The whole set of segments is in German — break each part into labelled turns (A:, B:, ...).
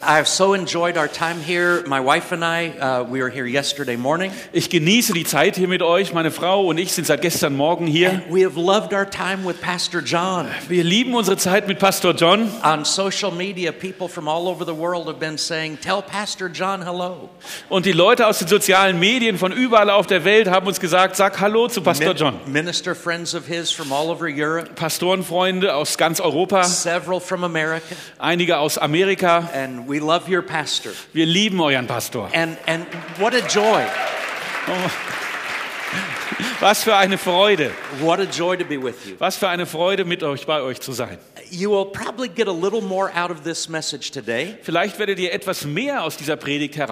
A: I have so enjoyed our time here. My wife and I, uh, we were here yesterday morning.
B: Ich genieße die Zeit hier mit euch. Meine Frau und ich sind seit gestern Morgen hier.
A: We have loved our time with Pastor John.
B: Wir lieben unsere Zeit mit Pastor John.
A: On social media, people from all over the world have been saying, Tell Pastor John hello.
B: Und die Leute aus den sozialen Medien von überall auf der Welt haben uns gesagt, sag Hallo zu Pastor John.
A: Minister friends of his from all over Europe,
B: Pastorenfreunde aus ganz Europa,
A: several from America,
B: einige aus Amerika.
A: and we love your pastor.
B: Wir lieben euren Pastor.
A: And, and what a joy.
B: Was für eine Freude.
A: What a joy to be with you.
B: Was für eine Freude, mit euch bei euch zu sein.
A: You will probably get a little more out of this message today.
B: Vielleicht werdet ihr etwas mehr aus dieser
A: If
B: Predigt
A: you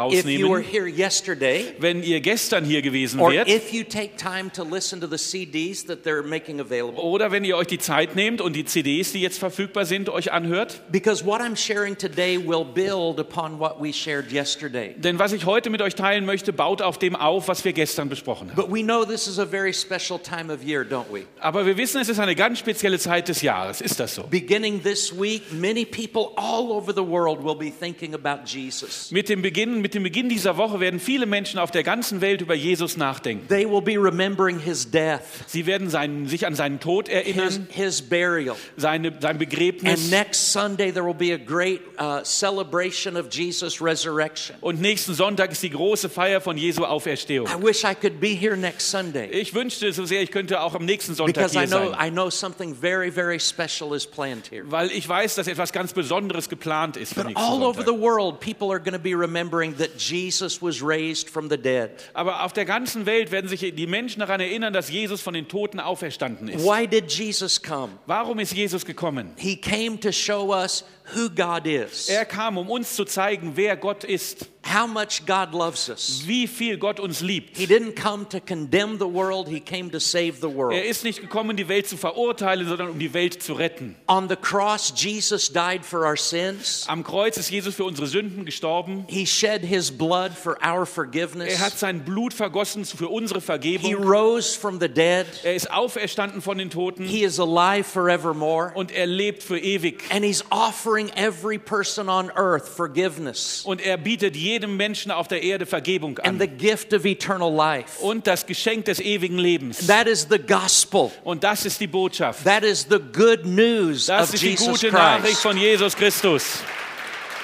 A: were
B: herausnehmen,
A: here yesterday,
B: wenn ihr gestern hier gewesen
A: or
B: wärt.
A: if you take time to listen to the CDs that they're making available.
B: Oder wenn ihr euch die Zeit nehmt und die CDs, die jetzt verfügbar sind, euch anhört.
A: Because what I'm sharing today will build upon what we shared yesterday.
B: Denn was ich heute mit euch teilen möchte, baut auf dem auf, was wir gestern besprochen haben.
A: But we know this is a very special time of year, don't we?
B: Aber wir wissen, es ist eine ganz spezielle Zeit des Jahres. Ist das so?
A: Beginning this week, many people all over the world will be thinking about Jesus.
B: Mit dem, Beginn, mit dem Beginn dieser Woche werden viele Menschen auf der ganzen Welt über Jesus nachdenken.
A: They will be remembering his death,
B: Sie werden seinen, sich an seinen Tod
A: his,
B: erinnern,
A: his burial.
B: seine, sein
A: And
B: Begräbnis.
A: next Sunday, there will be a great uh, celebration of Jesus' resurrection.
B: Und nächsten Sonntag ist die große Feier von Jesu Auferstehung.
A: I wish I could be here next Sunday
B: Ich wünschte so sehr, ich könnte auch am nächsten Sonntag
A: because I
B: hier
A: know,
B: sein.
A: I know something very, very special is planned here.
B: Weil ich weiß, dass etwas ganz Besonderes geplant ist für nächsten
A: All over
B: Sonntag.
A: the world, people are going to be remembering that Jesus was raised from the dead.
B: Aber auf der ganzen Welt werden sich die Menschen daran erinnern, dass Jesus von den Toten auferstanden ist.
A: Why did Jesus come?
B: Warum ist Jesus gekommen?
A: He came to show us who God is,
B: Er kam, um uns zu zeigen, wer Gott ist,
A: how much God loves us.
B: wie viel Gott uns liebt.
A: He didn't come to condemn the world, He came to save the
B: Er
A: world.
B: ist nicht gekommen, die Welt zu verurteilen, sondern um die Welt zu retten.
A: On the cross, Jesus died for our sins.
B: Am Kreuz ist Jesus für unsere Sünden gestorben.
A: He shed his blood for our
B: Er hat
A: forgiveness.
B: sein Blut vergossen für unsere
A: He
B: Vergebung.
A: rose from the dead.
B: Er ist auferstanden von den Toten
A: He is alive forevermore.
B: und er lebt für ewig.
A: And he's offering every person on earth forgiveness
B: Und er bietet jedem Menschen auf der Erde Vergebung
A: and
B: an
A: the gift of eternal life.
B: und das Geschenk des ewigen Lebens.
A: That is the gospel.
B: Und das ist die Botschaft.
A: That is the good news
B: Das
A: of
B: ist die
A: Jesus
B: gute Nachricht
A: Christ.
B: von Jesus Christus.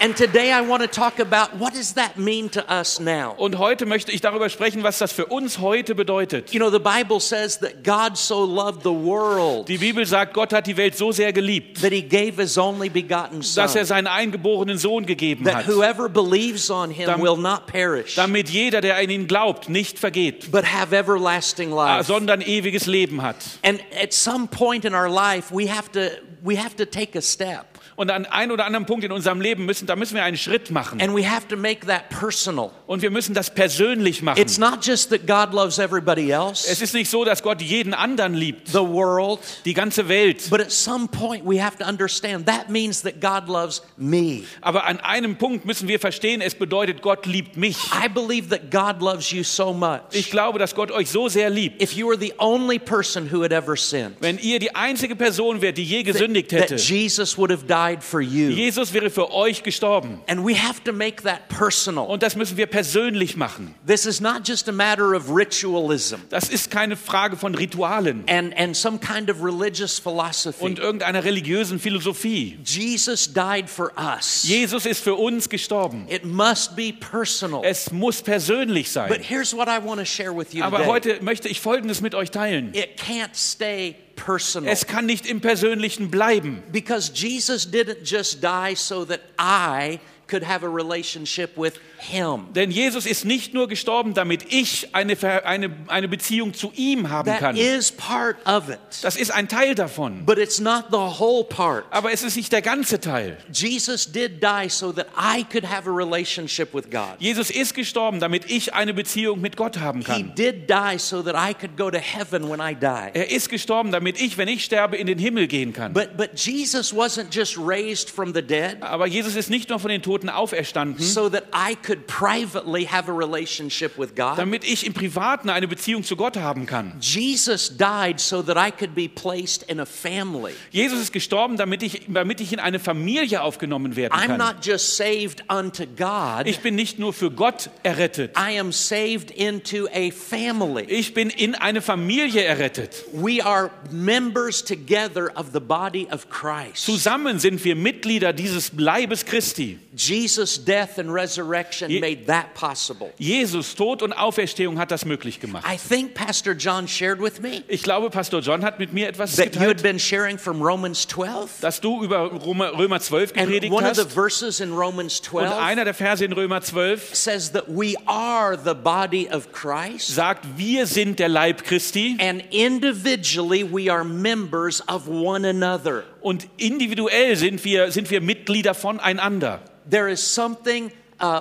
A: And today I want to talk about what does that mean to us now?
B: Und heute möchte ich darüber sprechen, was das für uns heute bedeutet.
A: You know, the Bible says that God so loved the world
B: Die Bibel sagt, Gott hat die Welt so sehr geliebt,
A: that he gave his only begotten
B: dass
A: son.
B: er seinen eingeborenen Sohn gegeben
A: That
B: hat,
A: whoever believes on him will not perish.
B: damit jeder, der an ihn glaubt, nicht vergeht,
A: but have everlasting
B: ah,
A: life.
B: sondern ewiges Leben hat.
A: And at some point in our life, we have to we have to take a step,
B: Und an einem oder anderen Punkt in unserem Leben müssen, da müssen wir einen Schritt machen.
A: and we have to make that personal.
B: Und wir müssen das persönlich machen.
A: It's not just that God loves everybody
B: Es
A: else,
B: ist nicht so, dass Gott jeden anderen liebt,
A: the world,
B: die ganze Welt.
A: but at some point we have to understand that means that God loves me.
B: Aber an einem Punkt müssen wir verstehen, es bedeutet, Gott liebt mich.
A: I believe that God loves you so
B: Ich
A: much.
B: glaube, dass Gott euch so sehr liebt.
A: If you were the only person who had ever sinned,
B: Wenn ihr die einzige Person wärt, die je gesündigt
A: that
B: hätte,
A: Jesus would have died for you.
B: Jesus wäre für euch gestorben.
A: And we have to make that personal.
B: Und das müssen wir persönlich machen.
A: This is not just a matter of ritualism.
B: Das ist keine Frage von Ritualen
A: and, and some kind of religious philosophy.
B: und irgendeiner religiösen Philosophie.
A: Jesus died for us.
B: Jesus ist für uns gestorben.
A: It must be personal.
B: Es muss persönlich
A: But
B: sein.
A: here's what I want to share with you
B: Aber
A: today.
B: heute möchte ich Folgendes mit euch teilen.
A: it can't stay personal
B: Es kann nicht im Persönlichen bleiben.
A: because Jesus didn't just die so that I could have a relationship with him.
B: Denn Jesus ist nicht nur gestorben, damit ich eine, Ver- eine, eine Beziehung zu ihm haben
A: That
B: kann.
A: is part of it.
B: Das ist ein Teil davon.
A: But it's not the whole part.
B: Aber es ist nicht der ganze Teil.
A: Jesus did die so that I could have a relationship with God.
B: Jesus ist gestorben, damit ich eine Beziehung mit Gott haben
A: He
B: kann.
A: did die so that I could go to heaven when I die.
B: Er ist gestorben, damit ich, wenn ich sterbe, in den Himmel gehen kann.
A: But, but Jesus wasn't just raised from the dead.
B: Aber Jesus ist nicht nur von den Toten Toten auferstanden,
A: so that I could privately have a relationship with God.
B: damit ich im Privaten eine Beziehung zu Gott haben kann.
A: Jesus died so that I could be placed in a family.
B: Jesus ist gestorben, damit ich, damit ich in eine Familie aufgenommen werden
A: I'm
B: kann.
A: not just saved unto God,
B: Ich bin nicht nur für Gott errettet,
A: I am saved into a family.
B: ich bin in eine Familie errettet.
A: We are members together of the body of Christ.
B: Zusammen sind wir Mitglieder dieses Leibes Christi.
A: Jesus' death and resurrection
B: Ye-
A: made that possible.
B: Jesus, Tod und Auferstehung hat das möglich gemacht.
A: I think Pastor John shared with me
B: Ich glaube, Pastor John hat mit mir etwas
A: that you had
B: geteilt,
A: been sharing from Romans 12.
B: dass du über Römer, Römer 12
A: And
B: gepredigt
A: one of the
B: hast.
A: verses in Romans
B: Und
A: 12
B: einer der Verse in Römer 12
A: says that we are the body of Christ.
B: sagt, wir sind der Leib Christi
A: And individually, we are members of one another.
B: und individuell sind wir, sind wir Mitglieder voneinander.
A: There is something uh,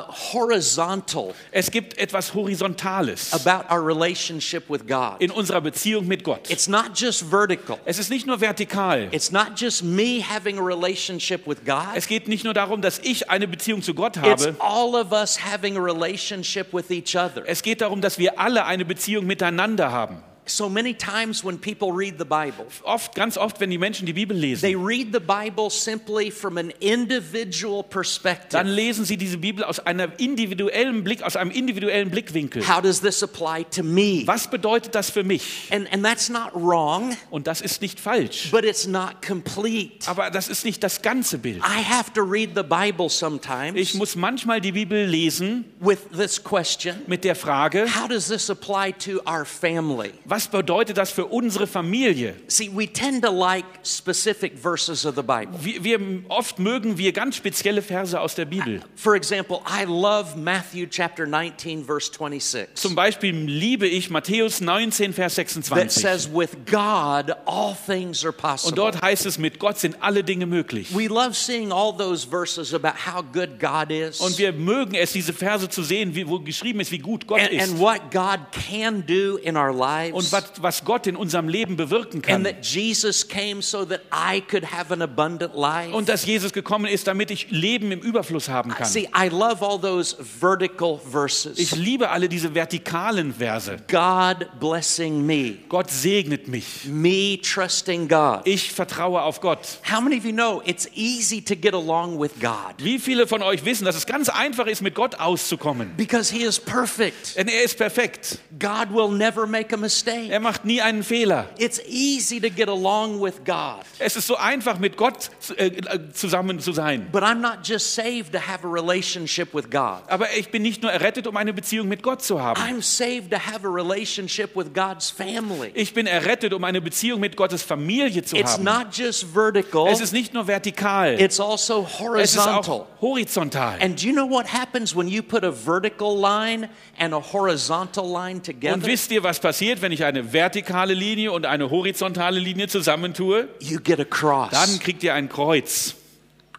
A: horizontal
B: Es gibt etwas Horizontales
A: about our relationship with God.
B: in unserer Beziehung mit Gott.
A: It's not just vertical,
B: Es ist nicht nur vertikal.
A: it's not just me having a relationship with God,
B: Es geht nicht nur darum, dass ich eine Beziehung zu Gott
A: it's
B: habe.
A: all of us having a relationship with each other.
B: Es geht darum, dass wir alle eine Beziehung miteinander haben.
A: So many times when people read the Bible,
B: Oft, ganz oft, wenn die Menschen die Bibel
A: they
B: lesen,
A: read the Bible simply from an individual
B: dann
A: perspective.
B: lesen sie diese Bibel aus einem individuellen Blick, aus einem individuellen Blickwinkel.
A: How does this apply to me?
B: Was bedeutet das für mich?
A: And, and that's not wrong,
B: Und das ist nicht falsch.
A: but it's not complete.
B: Aber das ist nicht das ganze Bild.
A: I have to read the Bible
B: Ich
A: sometimes
B: muss manchmal die Bibel lesen
A: with this question
B: mit der Frage,
A: How does this apply to our family?
B: was bedeutet das für unsere Familie?
A: See, we tend to like specific verses of the Bible.
B: Wir, wir, oft mögen wir ganz spezielle Verse aus der Bibel.
A: For example, I love Matthew chapter 19, verse 26,
B: Zum Beispiel liebe ich Matthäus 19, Vers
A: that
B: 26.
A: says, With God, all things are
B: Und
A: possible.
B: dort heißt es, mit Gott sind alle Dinge möglich.
A: We love seeing all those verses about how good God is
B: Und wir mögen es, diese Verse zu sehen, wie, wo geschrieben ist, wie gut Gott
A: and, and
B: ist.
A: what God can do in our
B: Und
A: lives.
B: was, was Gott in unserem Leben bewirken
A: and
B: kann.
A: that Jesus came so that I could have an abundant life.
B: Und dass Jesus gekommen ist, damit ich Leben im Überfluss haben kann.
A: See, I love all those vertical
B: Ich
A: verses.
B: liebe alle diese vertikalen Verse.
A: God blessing me,
B: Gott segnet mich.
A: me trusting God.
B: Ich vertraue auf Gott.
A: How many of you know it's easy to get along with God
B: Wie viele von euch wissen, dass es ganz einfach ist, mit Gott auszukommen?
A: because He is perfect?
B: Denn er ist perfekt.
A: God will never make a mistake.
B: Er macht nie einen Fehler.
A: It's easy to get along with God.
B: Es ist so einfach, mit Gott äh, äh, zusammen zu sein.
A: But I'm not just saved to have a relationship with God.
B: Aber ich bin nicht nur errettet, um eine Beziehung mit Gott zu haben.
A: I'm saved to have a relationship with God's family.
B: Ich bin errettet, um eine Beziehung mit Gottes Familie zu
A: It's
B: haben.
A: not just vertical,
B: Es ist nicht nur vertikal,
A: it's also
B: es ist
A: horizontal.
B: auch horizontal.
A: And do you know what happens when you put a vertical line and a horizontal line
B: Und
A: together?
B: wisst ihr, was passiert, wenn ich eine vertikale Linie und eine horizontale Linie zusammentue?
A: You get a
B: Dann
A: cross.
B: kriegt ihr ein Kreuz.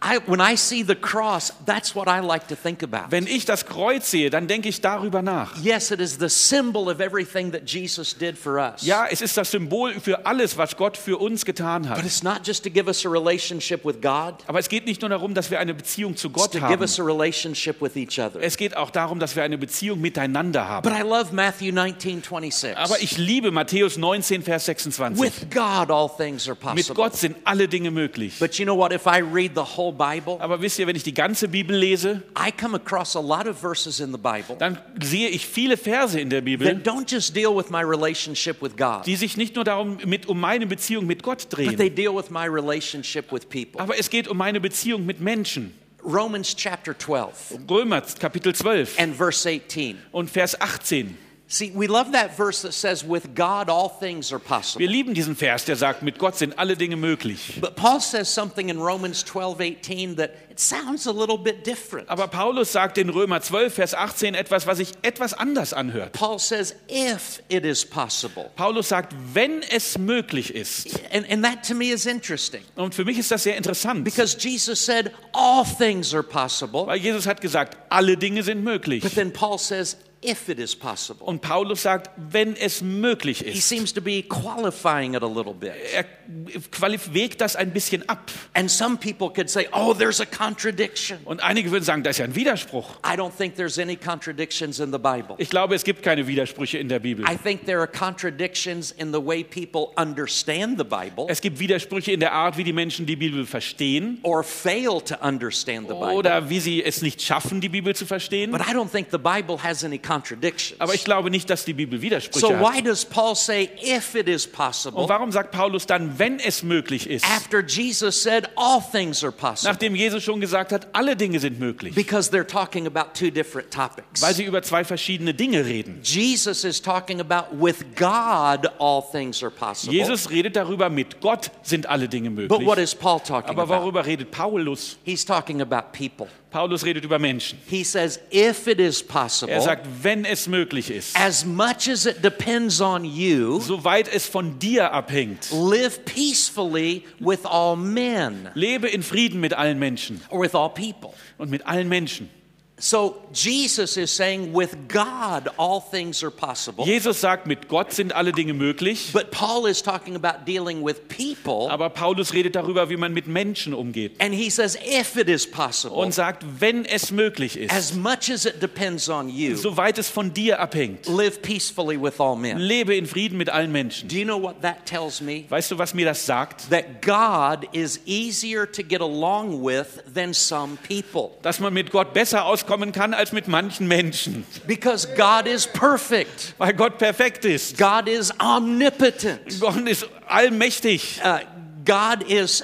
A: I, when I see the cross, that's what I like to think about.
B: Wenn ich das Kreuz sehe, dann denke ich darüber nach.
A: Yes, it is the symbol of everything that Jesus did for us.
B: Ja, es ist das Symbol für alles, was Gott für uns getan
A: But
B: hat.
A: it's not just to give us a relationship with God,
B: Aber es geht nicht nur darum, dass wir eine Beziehung zu
A: it's
B: Gott
A: to give
B: haben.
A: us a relationship with each other.
B: Es geht auch darum, dass wir eine Beziehung miteinander haben.
A: But I love Matthew 19 26.
B: Aber ich liebe Matthäus 19, Vers 26.
A: With God, all things are
B: Mit
A: possible.
B: Gott sind alle Dinge möglich.
A: But you know what? If I read the whole Bible,
B: Aber wisst ihr, wenn ich die ganze Bibel lese,
A: I come across a lot of verses in the Bible
B: dann sehe ich viele Verse in der Bibel,
A: that don't just deal with my relationship with God,
B: die sich nicht nur darum mit, um meine Beziehung mit Gott
A: but they
B: drehen,
A: deal with my relationship with people.
B: aber es geht um meine Beziehung mit Menschen.
A: Romans chapter 12
B: Römer Kapitel 12
A: and verse 18.
B: und Vers 18.
A: See, we love that verse that says, With God, all things are
B: Wir
A: possible.
B: lieben diesen Vers, der sagt, mit Gott sind alle Dinge möglich.
A: But Paul says something in Romans 12 18 that it sounds a little bit different.
B: Aber Paulus sagt in Römer 12, Vers 18 etwas, was sich etwas anders anhört.
A: Paul says, If it is possible.
B: Paulus sagt, wenn es möglich ist.
A: And, and that to me is interesting
B: Und für mich ist das sehr interessant,
A: because Jesus said, All things are possible.
B: weil Jesus hat gesagt, alle Dinge sind möglich.
A: But then Paul says, if it is possible.
B: Und Paulus sagt, wenn es möglich
A: He
B: ist.
A: seems to be qualifying it a little bit.
B: Er qualif- wägt das ein bisschen ab.
A: And some people could say, oh, there's a contradiction.
B: Und einige würden sagen, da ist ja ein Widerspruch.
A: I don't think there's any contradictions in the Bible.
B: Ich glaube, es gibt keine Widersprüche in der Bibel.
A: I think there are contradictions in the way people understand the Bible
B: Es gibt Widersprüche in der Art, wie die Menschen die Bibel verstehen
A: or fail to understand the
B: Oh,
A: Bible.
B: oder wie sie es nicht schaffen, die Bibel zu verstehen.
A: But I don't think the Bible has any contradictions.
B: Aber ich glaube nicht, dass die Bibel
A: So
B: Widersprüche hat.
A: why does Paul say, if it is
B: Und
A: possible,
B: warum sagt Paulus dann, wenn es möglich ist,
A: after Jesus said, all things are possible?
B: nachdem Jesus schon gesagt hat, alle Dinge sind möglich,
A: Because they're talking about two different topics.
B: weil sie über zwei verschiedene Dinge reden.
A: Jesus is talking about with God, all things are possible.
B: Jesus redet darüber, mit Gott sind alle Dinge
A: but what
B: möglich.
A: is Paul talking
B: Aber
A: about?
B: worüber redet Paulus?
A: He's talking about people.
B: Paulus redet über Menschen.
A: He says, if it is
B: Er
A: possible,
B: sagt, wenn es möglich ist,
A: as much as it depends on you,
B: soweit es von dir abhängt,
A: live peacefully with all men
B: lebe in Frieden mit allen Menschen
A: or with all people.
B: und mit allen Menschen.
A: So Jesus is saying, with God, all things are possible.
B: Jesus sagt, mit Gott sind alle Dinge möglich,
A: But Paul is talking about dealing with people,
B: aber Paulus redet darüber, wie man mit Menschen umgeht
A: and he says, if it is possible,
B: und sagt, wenn es möglich ist,
A: as much as it depends on you,
B: soweit es von dir abhängt,
A: live peacefully with all men.
B: lebe in Frieden mit allen Menschen.
A: Do you know what that tells me?
B: Weißt du, was mir das sagt?
A: That God is easier to get along with than some people
B: Dass man mit Gott besser auskommen kann als mit manchen Menschen,
A: because God is perfect,
B: weil Gott perfekt ist.
A: God is omnipotent,
B: Gott ist allmächtig.
A: uh, God is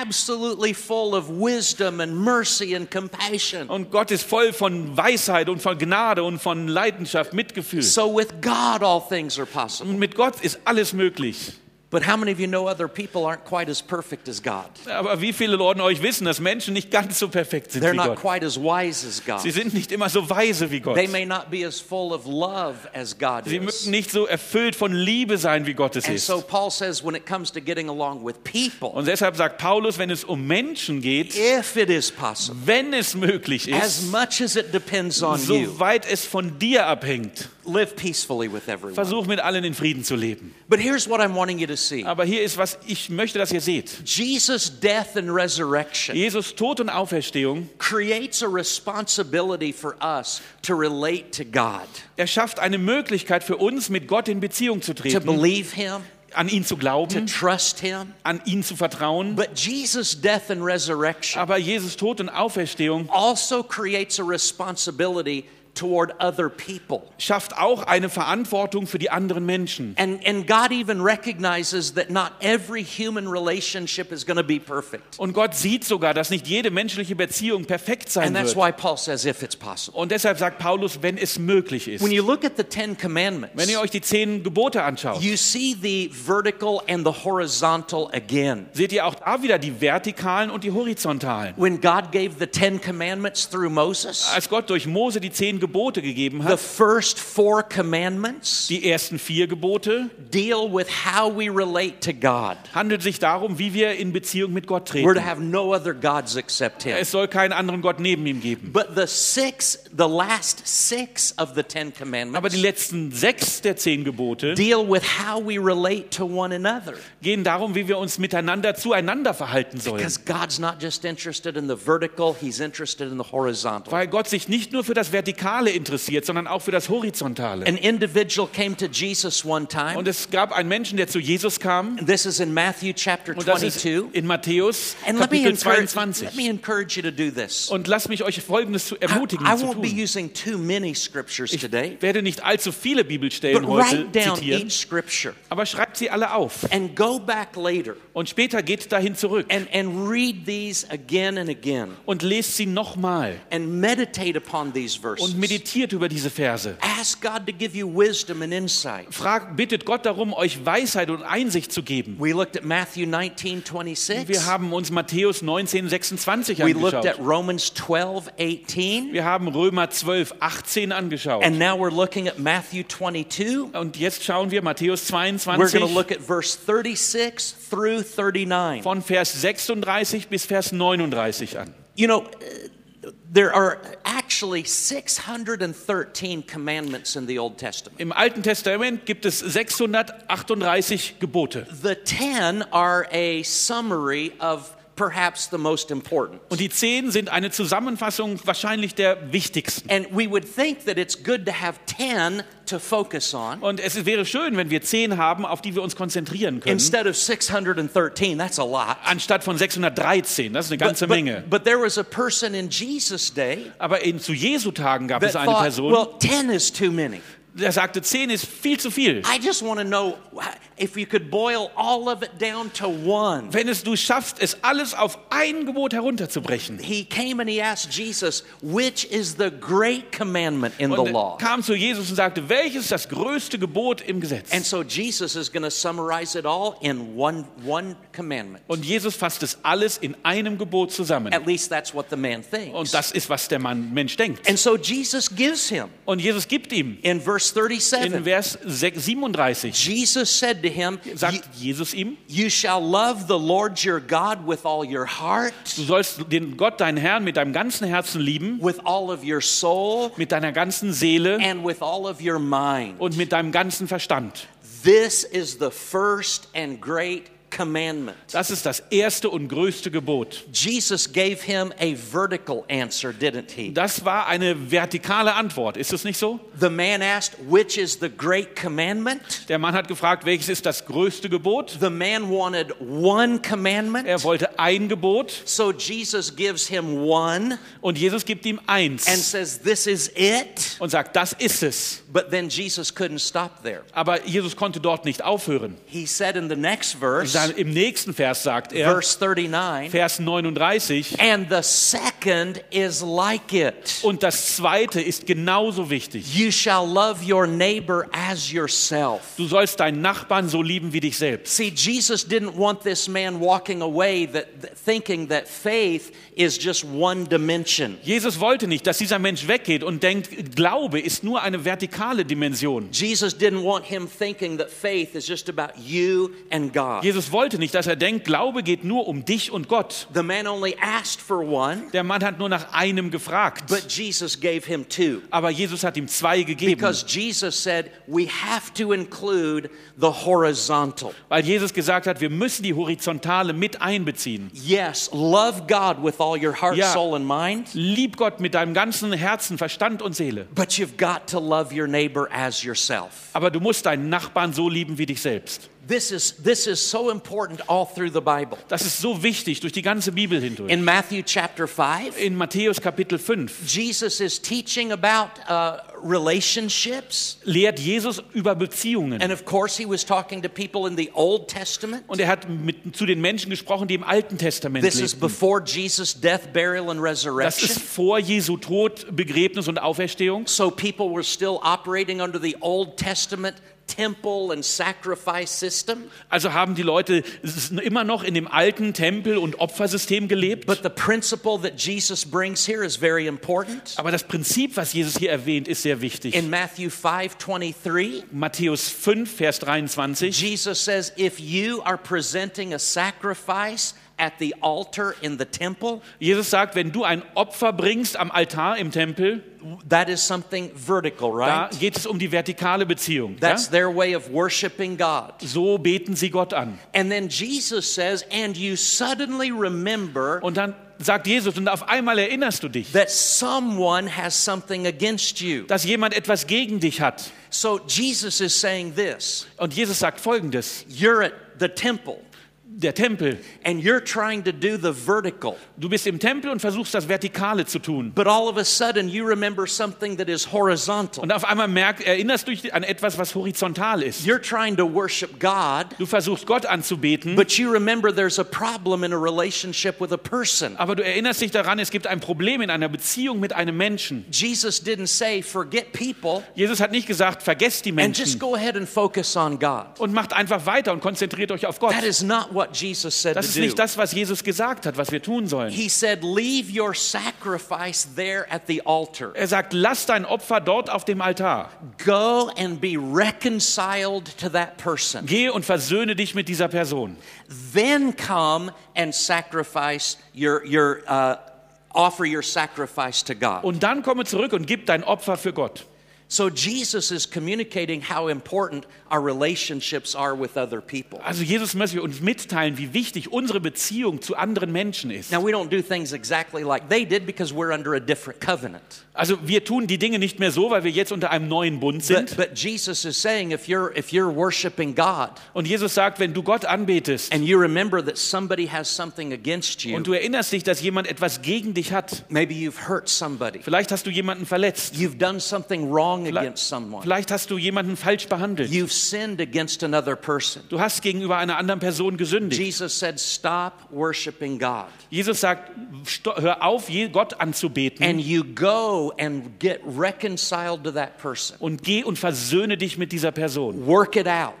A: absolutely full of wisdom and mercy and compassion.
B: Und Gott ist voll von Weisheit und von Gnade und von Leidenschaft, Mitgefühl.
A: So, with God, all things are possible.
B: Und mit Gott ist alles möglich.
A: But how many of you know other people aren't quite as perfect as God?
B: Aber wie viele Leute euch wissen, dass Menschen nicht ganz so perfekt sind
A: They're
B: wie
A: not
B: Gott.
A: quite as wise as God.
B: Sie sind nicht immer so weise wie Gott.
A: They may not be as full of love as God
B: Sie mögen
A: is.
B: nicht so erfüllt von Liebe sein, wie Gott es
A: And
B: ist.
A: so Paul says when it comes to getting along with people,
B: Und deshalb sagt Paulus, wenn es um Menschen geht,
A: if it is possible,
B: wenn es möglich
A: as
B: ist,
A: much as it depends on you,
B: soweit es von dir abhängt,
A: live peacefully with everyone.
B: versuch mit allen in Frieden zu leben.
A: But here's what I'm wanting you to see.
B: Aber hier ist was, ich möchte, dass ihr seht.
A: Jesus' death and resurrection
B: Jesus Tod und Auferstehung,
A: creates a responsibility for us to relate to God,
B: er schafft eine Möglichkeit für uns, mit Gott in Beziehung zu
A: to
B: treten,
A: believe Him,
B: an ihn zu
A: to
B: glauben,
A: trust Him.
B: an ihn zu vertrauen.
A: But Jesus' death and resurrection
B: Aber Jesus Tod und Auferstehung
A: also creates a responsibility toward other people.
B: schafft auch eine Verantwortung für die anderen Menschen.
A: And, and God even recognizes that not every human relationship is going to be perfect.
B: Und Gott sieht sogar, dass nicht jede menschliche Beziehung perfekt sein
A: And that's
B: wird.
A: why Paul says, if it's possible.
B: Und deshalb sagt Paulus, wenn es möglich ist.
A: When you look at the Ten Commandments,
B: Wenn ihr euch die zehn Gebote anschaut,
A: you see the vertical and the horizontal again.
B: seht ihr auch da wieder die vertikalen und die horizontalen.
A: When God gave the Ten Commandments through Moses,
B: Als Gott durch Mose die zehn Gebote gegeben
A: the
B: hat,
A: first four commandments
B: die ersten vier Gebote,
A: deal with how we relate to God.
B: handelt sich darum, wie wir in Beziehung mit Gott
A: We're to
B: treten.
A: have no other gods except Him.
B: Es soll keinen anderen Gott neben ihm geben.
A: But the six, the last six of the Ten
B: Aber
A: Commandments
B: die letzten sechs der zehn Gebote
A: deal with how we relate to one another.
B: gehen darum, wie wir uns miteinander zueinander verhalten sollen.
A: Because God's not just interested in the vertical, He's interested in the horizontal.
B: Weil Gott sich nicht nur für das Vertikale interessiert, sondern auch für das Horizontale.
A: An individual came to Jesus one time.
B: Und es gab einen Menschen, der zu Jesus kam.
A: This is in Matthew chapter
B: Und das ist
A: 22.
B: in Matthäus
A: And let me,
B: Kapitel
A: encourage, let
B: 22.
A: me encourage you to do this.
B: Und lasst mich euch Folgendes zu
A: I,
B: ermutigen
A: I
B: zu
A: won't be
B: tun.
A: using too many scriptures
B: Ich
A: today,
B: werde nicht allzu viele
A: but
B: Bibelstellen
A: write
B: heute
A: down
B: zitieren,
A: each scripture
B: aber schreibt sie alle auf.
A: and go back later
B: Und später geht dahin zurück
A: and, and read these again and again
B: und lest sie nochmal
A: and meditate upon these verses.
B: und meditiert über diese Verse.
A: Ask God to give you wisdom and insight.
B: Fragt, bittet Gott darum, euch Weisheit und Einsicht zu geben.
A: We looked at Matthew 19, 26.
B: Wir haben uns Matthäus 19, 26
A: we looked at
B: angeschaut.
A: Romans 12, 18.
B: Wir haben Römer 12, 18 angeschaut.
A: And now we're looking at Matthew 22.
B: Und jetzt schauen wir Matthäus
A: We're going to
B: 22
A: look at verse 36 through 39.
B: von Vers 36 bis Vers 39 an.
A: You know, uh, there are actually 613 commandments in the Old Testament.
B: Im Alten Testament gibt es 638 Gebote.
A: The 10 are a summary of perhaps the most important.
B: Und die zehn sind eine Zusammenfassung wahrscheinlich der wichtigsten.
A: And we would think that it's good to have 10 to focus on
B: Und es wäre schön, wenn wir zehn haben, auf die wir uns konzentrieren können,
A: instead of 613. That's a lot.
B: anstatt von 613. Das ist eine ganze
A: but,
B: Menge.
A: but there was a person in Jesus' day
B: Aber in, zu Jesu Tagen gab
A: that
B: es eine
A: thought,
B: Person,
A: well, 10 is too many.
B: der sagte, zehn ist viel zu viel.
A: I just want to know if you could boil all of it down to one.
B: Wenn es du schaffst, es alles auf ein Gebot herunterzubrechen.
A: He came and he asked Jesus, which is the great commandment in the
B: Und er
A: law?
B: kam zu Jesus und sagte, welches ist das größte Gebot im Gesetz?
A: And so Jesus is going to summarize it all in one, one commandment.
B: Und Jesus fasst es alles in einem Gebot zusammen.
A: At least that's what the man thinks.
B: Und das ist, was der Mann, Mensch denkt.
A: And so Jesus gives him
B: Und Jesus gibt ihm
A: in verse
B: in
A: 37.
B: Vers 6 37,
A: Jesus said to him, "You-
B: sagt Jesus ihm,
A: You shall love the Lord your God with all your heart,
B: du sollst den Gott, deinen Herrn, mit deinem ganzen Herzen lieben,
A: with all of your soul,
B: mit deiner ganzen Seele
A: and with all of your mind.
B: und mit deinem ganzen Verstand.
A: This is the first and great commandment.
B: Das ist das erste und größte Gebot.
A: Jesus gave him a vertical answer, didn't he?
B: Das war eine vertikale Antwort, ist es nicht so?
A: The man asked, Which is the great commandment?
B: Der Mann hat gefragt, welches ist das größte Gebot?
A: The man wanted one
B: Er
A: commandment,
B: wollte ein Gebot
A: so Jesus gives him one
B: und Jesus gibt ihm
A: and
B: eins
A: says, This is it.
B: und sagt, das ist es.
A: But then Jesus couldn't stop there.
B: Aber Jesus konnte dort nicht aufhören.
A: He said in the next verse,
B: Dann Im nächsten Vers sagt er,
A: verse 39,
B: Vers 39,
A: And the second is like it.
B: und das zweite ist genauso wichtig.
A: You shall love your neighbor as yourself.
B: Du sollst deinen Nachbarn so lieben wie dich selbst.
A: See, Jesus didn't want this man walking away that, that- thinking that faith is just one dimension.
B: Jesus wollte nicht, dass dieser Mensch weggeht und denkt, Glaube ist nur eine vertikale Dimension.
A: Jesus didn't want him thinking that faith is just about you and God.
B: Jesus wollte nicht, dass er denkt, Glaube geht nur um dich und Gott.
A: The man only asked for one,
B: Der Mann hat nur nach einem gefragt,
A: but Jesus gave him two.
B: aber Jesus hat ihm zwei gegeben,
A: Because Jesus said we have to include the horizontal.
B: weil Jesus gesagt hat, wir müssen die Horizontale mit einbeziehen.
A: Yes, love God with all your heart,
B: Yeah.
A: soul, and mind.
B: Lieb Gott mit deinem ganzen Herzen, Verstand und Seele.
A: But you've got to love your neighbor as yourself.
B: Aber du musst deinen Nachbarn so lieben wie dich selbst.
A: This is, this is so important all through the Bible.
B: Das ist so wichtig durch die ganze Bibel hindurch.
A: In Matthew chapter 5,
B: In Matthäus Kapitel 5
A: Jesus is teaching about uh, relationships.
B: lehrt Jesus über Beziehungen.
A: And of course, he was talking to people in the Old Testament.
B: Und er hat mit, zu den Menschen gesprochen, die im Alten Testament
A: This is
B: lebten.
A: before Jesus' death, burial, and
B: Das ist
A: resurrection.
B: vor Jesu Tod, Begräbnis und Auferstehung.
A: So people were still operating under the Old Testament temple and sacrifice system.
B: Also haben die Leute s- immer noch in dem alten Tempel- und Opfersystem gelebt.
A: But the principle that Jesus brings here is very important.
B: Aber das Prinzip, was Jesus hier erwähnt, ist sehr wichtig.
A: In Matthew 5:23,
B: Matthäus 5, Vers 23.
A: Jesus says, "If you are presenting a sacrifice at the altar in the temple,
B: Jesus sagt, wenn du ein Opfer bringst am Altar im Tempel,
A: that is something vertical,
B: da
A: right?
B: geht es um die vertikale Beziehung. Ja?
A: That's their way of worshiping God."
B: So beten sie Gott an.
A: And then Jesus says, "And you suddenly remember
B: Und dann sagt Jesus, und auf einmal erinnerst du dich,
A: that someone has something against you."
B: dass jemand etwas gegen dich hat.
A: So Jesus is saying this,
B: Und Jesus sagt folgendes:
A: "You're at the temple
B: Der Tempel.
A: and you're trying to do the vertical,
B: Du bist im Tempel und versuchst das Vertikale zu tun.
A: but all of a sudden you remember something that is horizontal."
B: Und auf einmal merk, erinnerst du dich an etwas, was horizontal ist.
A: You're trying to worship God,
B: Du versuchst Gott anzubeten,
A: but you remember there's a problem in a relationship with a person.
B: aber du erinnerst dich daran, es gibt ein Problem in einer Beziehung mit einem Menschen.
A: Jesus didn't say, forget people
B: Jesus hat nicht gesagt, vergesst die
A: and just
B: Menschen
A: go ahead and focus on God.
B: und macht einfach weiter und konzentriert euch auf Gott.
A: That is not what Jesus said
B: Das
A: to
B: ist
A: do.
B: nicht das, was Jesus gesagt hat, was wir tun sollen.
A: He said, leave your sacrifice there at the altar.
B: Er sagt, lass dein Opfer dort auf dem Altar.
A: Go and be reconciled to that person.
B: Geh und versöhne dich mit dieser Person.
A: Then come and sacrifice your, your uh, offer your sacrifice to God.
B: Und dann komme zurück und gib dein Opfer für Gott.
A: So Jesus is communicating how important our relationships are with other people.
B: Also Jesus möchte uns mitteilen, wie wichtig unsere Beziehung zu anderen Menschen ist.
A: Now, we don't do things exactly like they did because we're under a different covenant.
B: Also wir tun die Dinge nicht mehr so, weil wir jetzt unter einem neuen Bund
A: But,
B: sind.
A: but Jesus is saying if you're, if you're worshiping God
B: Und Jesus sagt, wenn du Gott anbetest
A: and you remember that somebody has something against you,
B: und du erinnerst dich, dass jemand etwas gegen dich hat,
A: maybe you've hurt somebody,
B: vielleicht hast du jemanden verletzt,
A: you've done something wrong
B: vielleicht,
A: against someone,
B: vielleicht hast du jemanden falsch behandelt,
A: you've sinned against another person.
B: du hast gegenüber einer anderen Person gesündigt.
A: Jesus said, Stop worshiping God.
B: Jesus sagt, sto- hör auf, je- Gott anzubeten
A: And you go and get reconciled to that person.
B: und geh und versöhne dich mit dieser Person.
A: Work it out.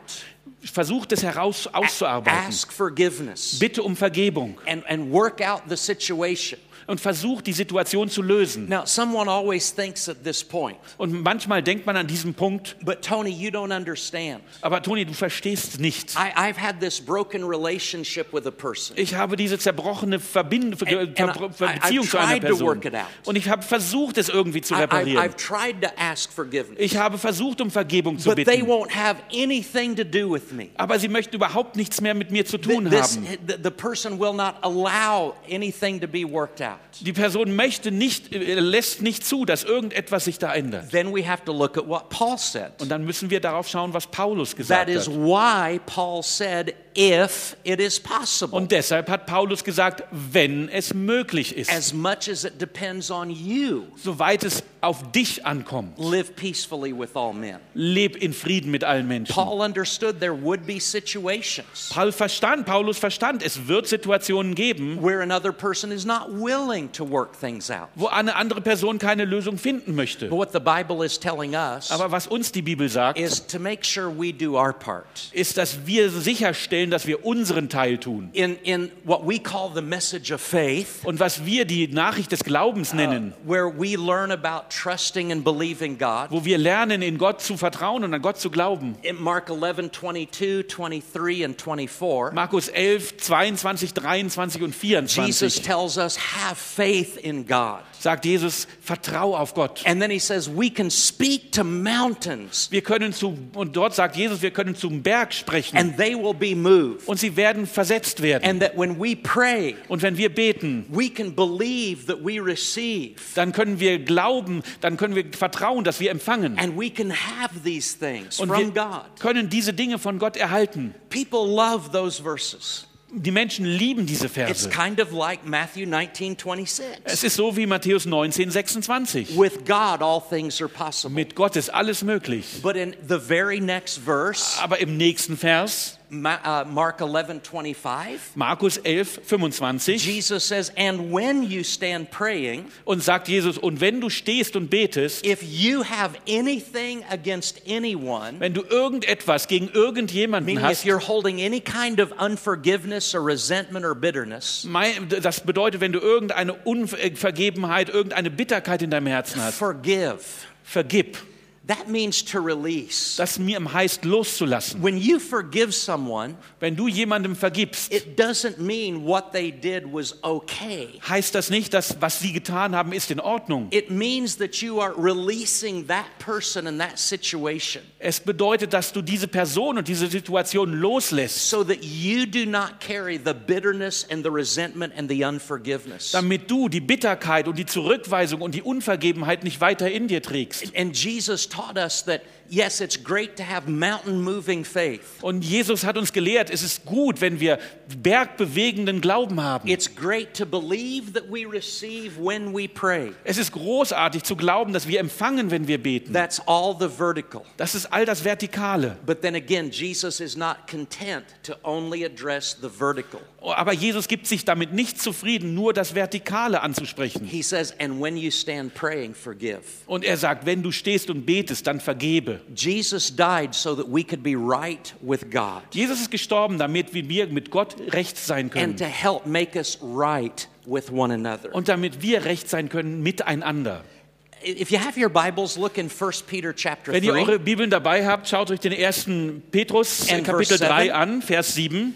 B: Versuch das heraus auszuarbeiten.
A: Ask forgiveness.
B: Bitte um Vergebung
A: And, and work out the situation.
B: und versuch die Situation zu lösen.
A: Now, someone always thinks at this point,
B: Und manchmal denkt man an diesem Punkt,
A: but Tony, you don't understand.
B: aber Toni, du verstehst nicht.
A: I, I've had this broken relationship with a person.
B: Ich habe diese zerbrochene Verbindung, Ver
A: And-
B: Ver
A: and I-
B: Ver
A: I- I've
B: Beziehung zu einer
A: tried to
B: Person.
A: work it out.
B: Und ich habe versucht, es irgendwie zu
A: I, I,
B: reparieren.
A: I've tried to ask forgiveness,
B: Ich habe versucht, um Vergebung zu
A: but they
B: bitten.
A: won't have anything to do with me.
B: Aber sie möchten überhaupt nichts mehr mit mir zu
A: Th-
B: tun
A: this-
B: haben.
A: the, the person will not allow anything to be worked out.
B: Die Person möchte nicht, äh, lässt nicht zu, dass irgendetwas sich da ändert.
A: Then we have to look at what Paul said.
B: Und dann müssen wir darauf schauen, was Paulus
A: That
B: gesagt
A: is
B: hat.
A: why Paul said, if it is possible.
B: Und deshalb hat Paulus gesagt, wenn es möglich ist,
A: As much as it depends on you,
B: soweit es auf dich ankommt,
A: live peacefully with all men.
B: leb in Frieden mit allen Menschen.
A: Paul understood there would be situations
B: Paul verstand, Paulus verstand, es wird Situationen geben,
A: where another person is not willing to work things out.
B: wo eine andere Person keine Lösung finden möchte.
A: But what the Bible is telling us
B: Aber was uns die Bibel sagt,
A: is to make sure we do our part.
B: ist, dass wir sicherstellen, dass wir unseren Teil tun.
A: In, in what we call the message of faith,
B: Und was wir die Nachricht des Glaubens nennen,
A: where we learn about trusting and believing God,
B: wo wir lernen, in Gott zu vertrauen und an Gott zu glauben.
A: in Mark 11, 22, 23, and 24,
B: Markus 11, 22, 23 und
A: Jesus
B: 24
A: tells us, have faith in God.
B: sagt Jesus, vertrau auf Gott.
A: And then he says, We can speak to mountains
B: Wir können zu, und dort sagt Jesus, wir können zum Berg sprechen
A: and they will be moved.
B: und sie werden versetzt werden.
A: And that when we pray,
B: Und wenn wir beten,
A: we can believe that we receive
B: dann können wir glauben, dann können wir vertrauen, dass wir empfangen.
A: and we can have these things
B: Und
A: from
B: wir
A: God.
B: können diese Dinge von Gott erhalten.
A: People love those verses.
B: Die Menschen lieben diese
A: It's
B: Verse.
A: kind of like Matthew 19 26.
B: Es ist so wie Matthäus 19, 26.
A: With God, all things are possible.
B: Mit Gott ist alles möglich.
A: But in the very next verse,
B: Aber im nächsten Vers,
A: Ma- uh, Mark 11 25,
B: Markus 11, 25,
A: Jesus says, And when you stand praying,
B: und sagt Jesus, und wenn du stehst und betest,
A: if you have anything against anyone,
B: wenn du irgendetwas gegen irgendjemanden
A: meaning if
B: hast,
A: you're holding any kind of unforgiveness or resentment or bitterness,
B: mein- das bedeutet, wenn du irgendeine Unvergebenheit, irgendeine Bitterkeit in deinem Herzen hast,
A: forgive.
B: vergib.
A: That means to release.
B: Das mir heißt loszulassen.
A: When you forgive someone,
B: Wenn du jemandem vergibst,
A: it doesn't mean what they did was okay.
B: heißt das nicht, dass was sie getan haben, ist in Ordnung.
A: It means that you are releasing that person and that situation
B: Es bedeutet, dass du diese Person und diese Situation loslässt,
A: so that you do not carry the bitterness and the resentment and the unforgiveness.
B: damit du die Bitterkeit und die Zurückweisung und die Unvergebenheit nicht weiter in dir trägst.
A: And Jesus taught us that, yes, it's great to have mountain moving faith.
B: Und Jesus hat uns gelehrt, es ist gut, wenn wir bergbewegenden Glauben haben.
A: It's great to believe that we receive when we pray.
B: Es ist großartig zu glauben, dass wir empfangen, wenn wir beten.
A: That's all the vertical.
B: Das ist all das Vertikale.
A: But then again, Jesus is not content to only address the vertical.
B: Oh, Aber Jesus gibt sich damit nicht zufrieden, nur das Vertikale anzusprechen.
A: He says, and when you stand praying, forgive.
B: Und er sagt, wenn du stehst und betest, dann vergebe.
A: Jesus died so that we could be right with God
B: Jesus ist gestorben, damit wir mit Gott recht sein können.
A: and uh, to help make us right with one another.
B: und damit wir recht sein können miteinander.
A: If you have your Bibles, look in 1 Peter chapter
B: Wenn ihr
A: 3
B: eure Bibeln dabei habt, schaut euch den ersten Petrus äh,
A: And verse
B: Kapitel 3
A: seven.
B: an, Vers 7.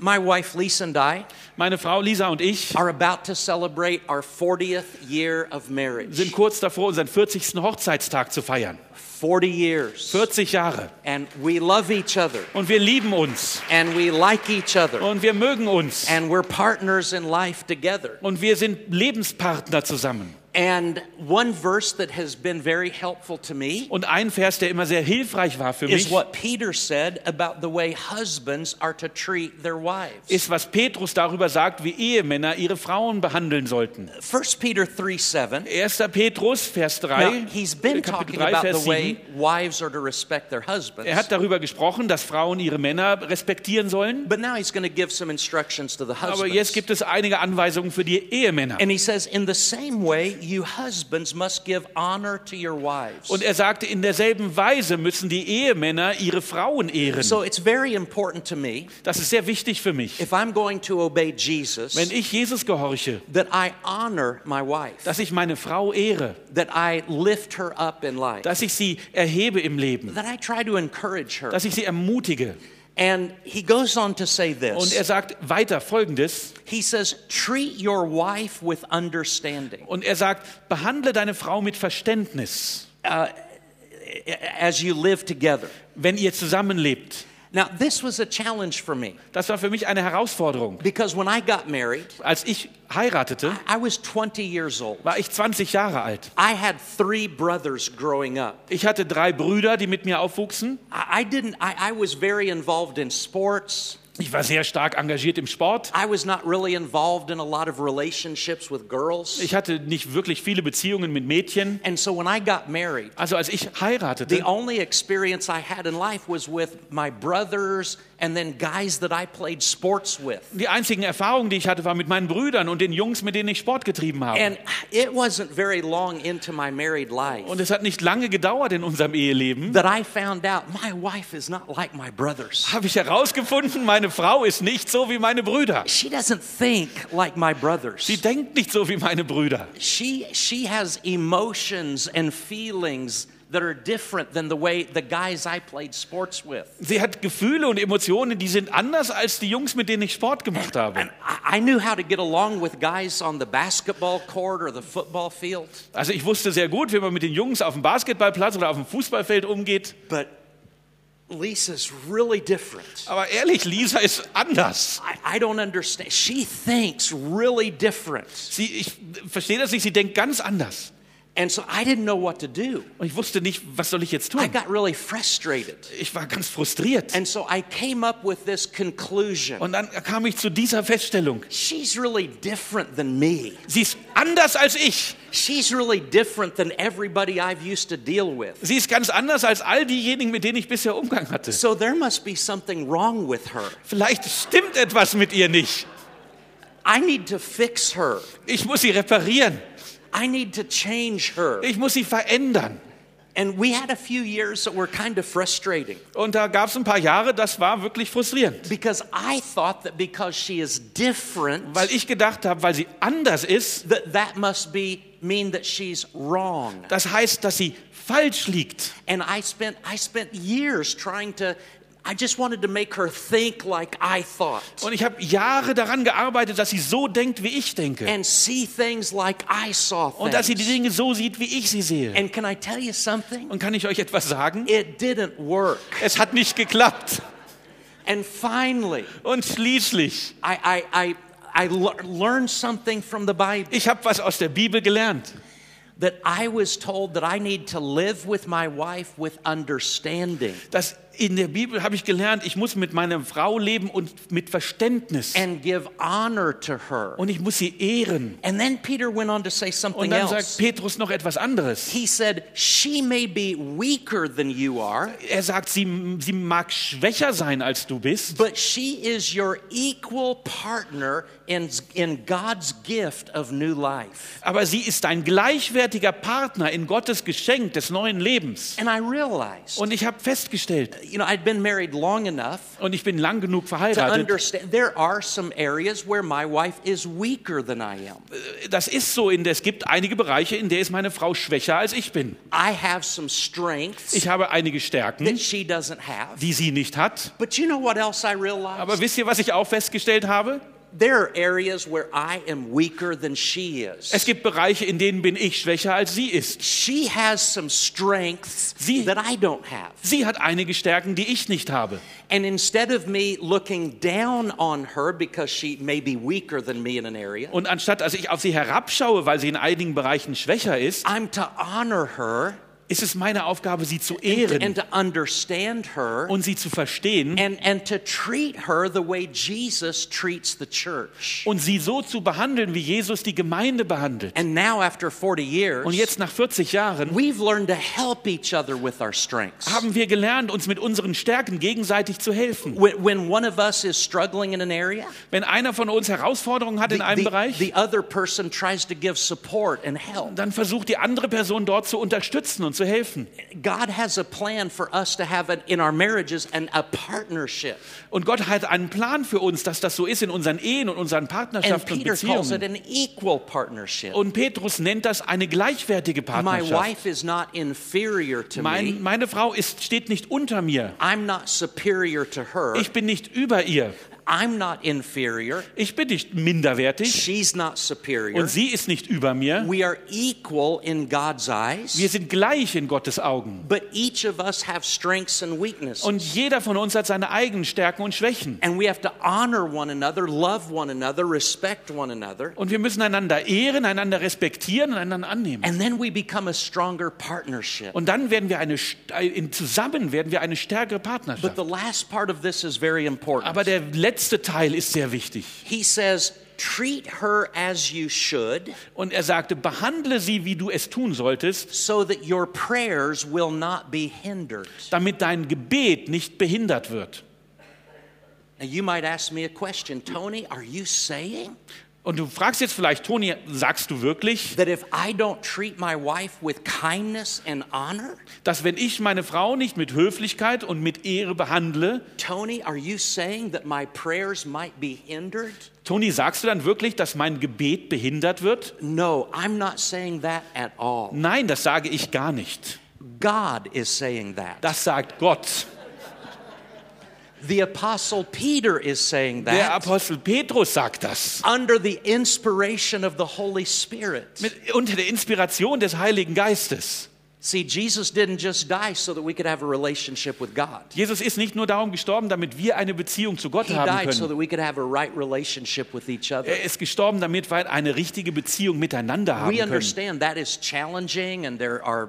A: My wife Lisa and I
B: Meine Frau Lisa und ich
A: are about to celebrate our 40th year of marriage.
B: sind kurz davor, unseren 40. Hochzeitstag zu feiern.
A: 40 years.
B: 40 Jahre.
A: And we love each other.
B: Und wir lieben uns.
A: And we like each other.
B: Und wir mögen uns.
A: And we're partners in life together.
B: Und wir sind Lebenspartner zusammen.
A: And one verse that has been very helpful to me
B: Und ein Vers, der immer sehr hilfreich war für
A: is
B: mich,
A: what Peter said about the way husbands are to treat their wives.
B: ist, was Petrus darüber sagt, wie Ehemänner ihre Frauen behandeln sollten.
A: 1 Peter 3 7.
B: 1. Petrus, Vers 3.
A: Now, he's been
B: Kapitel
A: talking
B: 3,
A: about the
B: Vers
A: way
B: 7.
A: wives are to respect their husbands.
B: Er hat darüber gesprochen, dass Frauen ihre Männer respektieren sollen.
A: But now he's going to give some instructions to the
B: Aber jetzt
A: husbands.
B: gibt es einige Anweisungen für die Ehemänner.
A: And he says, in the same way, you husbands must give honor to your wives.
B: Und er sagte, in derselben Weise müssen die Ehemänner ihre Frauen ehren.
A: So it's very important to me,
B: Das ist sehr wichtig für mich.
A: if I'm going to obey Jesus,
B: Wenn ich Jesus gehorche,
A: that I honor my wife,
B: dass ich meine Frau ehre,
A: that I lift her up in life,
B: dass ich sie erhebe im Leben,
A: that I try to encourage her.
B: dass ich sie ermutige.
A: And he goes on to say
B: Und er
A: this
B: sagt weiter Folgendes.
A: He says, treat your wife with understanding.
B: Und er sagt, behandle deine Frau mit Verständnis,
A: as you live together.
B: wenn ihr zusammenlebt.
A: Now, this was a challenge for me
B: Das war für mich eine Herausforderung.
A: because when I got married,
B: Als ich heiratete,
A: I was 20 years old.
B: war ich 20 Jahre alt.
A: I had three brothers growing up.
B: Ich hatte drei Brüder, die mit mir aufwuchsen.
A: I, I didn't, I, I was very involved in sports.
B: Ich war sehr stark engagiert im Sport.
A: I was not really involved in a lot of relationships with girls.
B: Ich hatte nicht wirklich viele Beziehungen mit Mädchen.
A: And so when I got married,
B: Also als ich
A: the
B: heiratete,
A: only experience I had in life was with my brothers and then guys that I played sports with.
B: die einzigen Erfahrungen, die ich hatte, war mit meinen Brüdern und den Jungs, mit denen ich Sport getrieben habe.
A: And it wasn't very long into my married life
B: Und es hat nicht lange gedauert in unserem Eheleben.
A: that I found out my wife is not like my brothers.
B: Habe ich herausgefunden, meine Frau ist nicht so wie meine Brüder.
A: She doesn't think like my brothers.
B: Sie denkt nicht so wie meine Brüder.
A: she she has emotions and feelings that are different than the way the guys I played sports with.
B: Sie hat Gefühle und Emotionen, die sind anders als die Jungs, mit denen ich Sport gemacht habe.
A: I, I knew how to get along with guys on the basketball court or the football field,
B: Also ich wusste sehr gut, wie man mit den Jungs auf dem Basketballplatz oder auf dem Fußballfeld umgeht.
A: but Lisa's really different.
B: Aber ehrlich, Lisa ist anders.
A: I, I don't understand. She thinks really different.
B: Sie, ich verstehe das nicht, sie denkt ganz anders.
A: And so I didn't know what to do.
B: Und ich wusste nicht, was soll ich jetzt
A: I
B: tun?
A: got really frustrated.
B: Ich war ganz frustriert.
A: And so I came up with this conclusion.
B: Und dann kam ich zu dieser Feststellung.
A: She's really different than me.
B: Sie ist anders als ich.
A: She's really different than everybody I've used to deal with.
B: Sie ist ganz anders als all diejenigen, mit denen ich bisher Umgang hatte.
A: So there must be something wrong with her.
B: Vielleicht stimmt etwas mit ihr nicht.
A: I need to fix her.
B: Ich muss sie reparieren.
A: I need to change her.
B: Ich muss sie verändern.
A: And we had a few years that were kind of frustrating
B: Und da gab es ein paar Jahre, das war wirklich frustrierend.
A: because I thought that because she is different,
B: Weil ich gedacht habe, weil sie anders ist,
A: that that must be mean that she's wrong.
B: das heißt, dass sie falsch liegt.
A: And I spent I spent years trying to I just wanted to make her think like I thought
B: Und ich habe Jahre daran gearbeitet, dass sie so denkt, wie ich denke.
A: and see things like I saw
B: Und dass sie die
A: things.
B: Dinge so sieht, wie ich sie sehe.
A: And can I tell you something?
B: Und kann ich euch etwas sagen?
A: It didn't work.
B: Es hat nicht geklappt.
A: And finally,
B: Und schließlich,
A: I, I, I, I lear- learned something from the Bible
B: ich habe was aus der Bibel gelernt.
A: that I was told that I need to live with my wife with understanding.
B: Dass in der Bibel habe ich gelernt, ich muss mit meiner Frau leben und mit Verständnis.
A: And give honor to her.
B: Und ich muss sie ehren.
A: And then Peter went on to say
B: Und
A: something
B: dann sagt
A: else.
B: Petrus noch etwas anderes.
A: He said, She may be weaker than you are,
B: Er sagt, sie, sie mag schwächer sein, als du bist,
A: but she is your equal partner in, in God's gift of new life.
B: aber sie ist dein gleichwertiger vollwertiger Partner in Gottes Geschenk des neuen Lebens.
A: And I realized,
B: Und ich habe festgestellt,
A: you know, I'd been married long enough
B: und ich bin lang genug
A: to
B: verheiratet,
A: understand there are some areas where my wife is weaker than I am.
B: äh, das ist so, in der, es gibt einige Bereiche, in der ist meine Frau schwächer als ich bin.
A: I have some strengths
B: Ich habe einige Stärken,
A: that she doesn't have.
B: die sie nicht hat.
A: But you know what else I realized?
B: Aber wisst ihr, was ich auch festgestellt habe?
A: there are areas where I am weaker than she is.
B: Es gibt Bereiche, in denen bin ich schwächer als sie ist.
A: she has some strengths
B: Sie-
A: that I don't have.
B: Sie hat einige Stärken, die ich nicht habe.
A: And instead of me looking down on her because she may be weaker than me in an area,
B: Und anstatt dass ich auf sie herabschaue, weil sie in einigen Bereichen schwächer ist,
A: I'm to honor her
B: ist es meine Aufgabe, sie zu
A: and
B: ehren
A: to understand her
B: und sie zu verstehen
A: and, and to treat her the way Jesus treats the church.
B: und sie so zu behandeln, wie Jesus die Gemeinde behandelt.
A: And now, after 40
B: Und
A: years,
B: jetzt nach 40 Jahren
A: we've learned to help each other with our strengths.
B: haben wir gelernt, uns mit unseren Stärken gegenseitig zu helfen.
A: When, when one of us is struggling in an area,
B: Wenn einer von uns Herausforderungen hat in einem
A: the,
B: Bereich,
A: the other person tries to give support and help.
B: dann versucht die andere Person dort zu unterstützen und zu helfen.
A: God has a plan for us to have an, in our marriages and a partnership.
B: Und Gott hat einen Plan für uns, dass das so ist in unseren Ehen und unseren
A: And
B: Partnerschaften und
A: Peter calls it
B: Beziehungen.
A: an equal partnership.
B: Und Petrus nennt das eine gleichwertige
A: Oh, My
B: Partnerschaft.
A: wife is not inferior to
B: Mein,
A: me.
B: meine Frau ist, steht nicht unter mir.
A: I'm not superior to her.
B: Ich bin nicht über ihr.
A: I'm not inferior.
B: Ich bin nicht minderwertig
A: She's not superior.
B: und sie ist nicht über mir.
A: We are equal in God's
B: Wir
A: eyes,
B: sind gleich in Gottes Augen.
A: but each of us have strengths and weaknesses.
B: Und jeder von uns hat seine eigenen Stärken und Schwächen.
A: And we have to honor one another, love one another, respect one another.
B: Und wir müssen einander ehren, einander respektieren und einander annehmen.
A: And then we become a stronger partnership.
B: Und dann werden wir eine, st- äh, in- zusammen werden wir eine stärkere
A: But
B: Partnerschaft.
A: the last part of this is very
B: Aber
A: important.
B: der letzte Teil ist sehr wichtig.
A: He says, treat her as you should,
B: Und er sagte, behandle sie, wie du es tun solltest,
A: so that your prayers will not be hindered.
B: damit dein Gebet nicht behindert wird.
A: Now, you might ask me a question Tony, are you saying
B: Und du fragst jetzt vielleicht, Toni, sagst du wirklich,
A: that if I don't treat my wife with kindness and honor,
B: dass wenn ich meine Frau nicht mit Höflichkeit und mit Ehre behandle,
A: Tony, are you saying that my prayers might be hindered?
B: Toni, sagst du dann wirklich, dass mein Gebet behindert wird?
A: No, I'm not saying that at all.
B: Nein, das sage ich gar nicht.
A: God is saying that.
B: Das sagt Gott.
A: The Apostle Peter is saying
B: Der
A: that
B: Apostel Petrus sagt das.
A: under the inspiration of the Holy Spirit.
B: Mit, unter der Inspiration des Heiligen Geistes.
A: See, Jesus didn't just die so that we could have a relationship with God,
B: Jesus ist nicht nur darum gestorben, damit wir eine Beziehung zu Gott
A: He
B: haben
A: died so
B: können.
A: that we could have a right relationship with each other.
B: Er ist gestorben, damit wir eine richtige Beziehung miteinander haben
A: We
B: können.
A: understand that is challenging and there are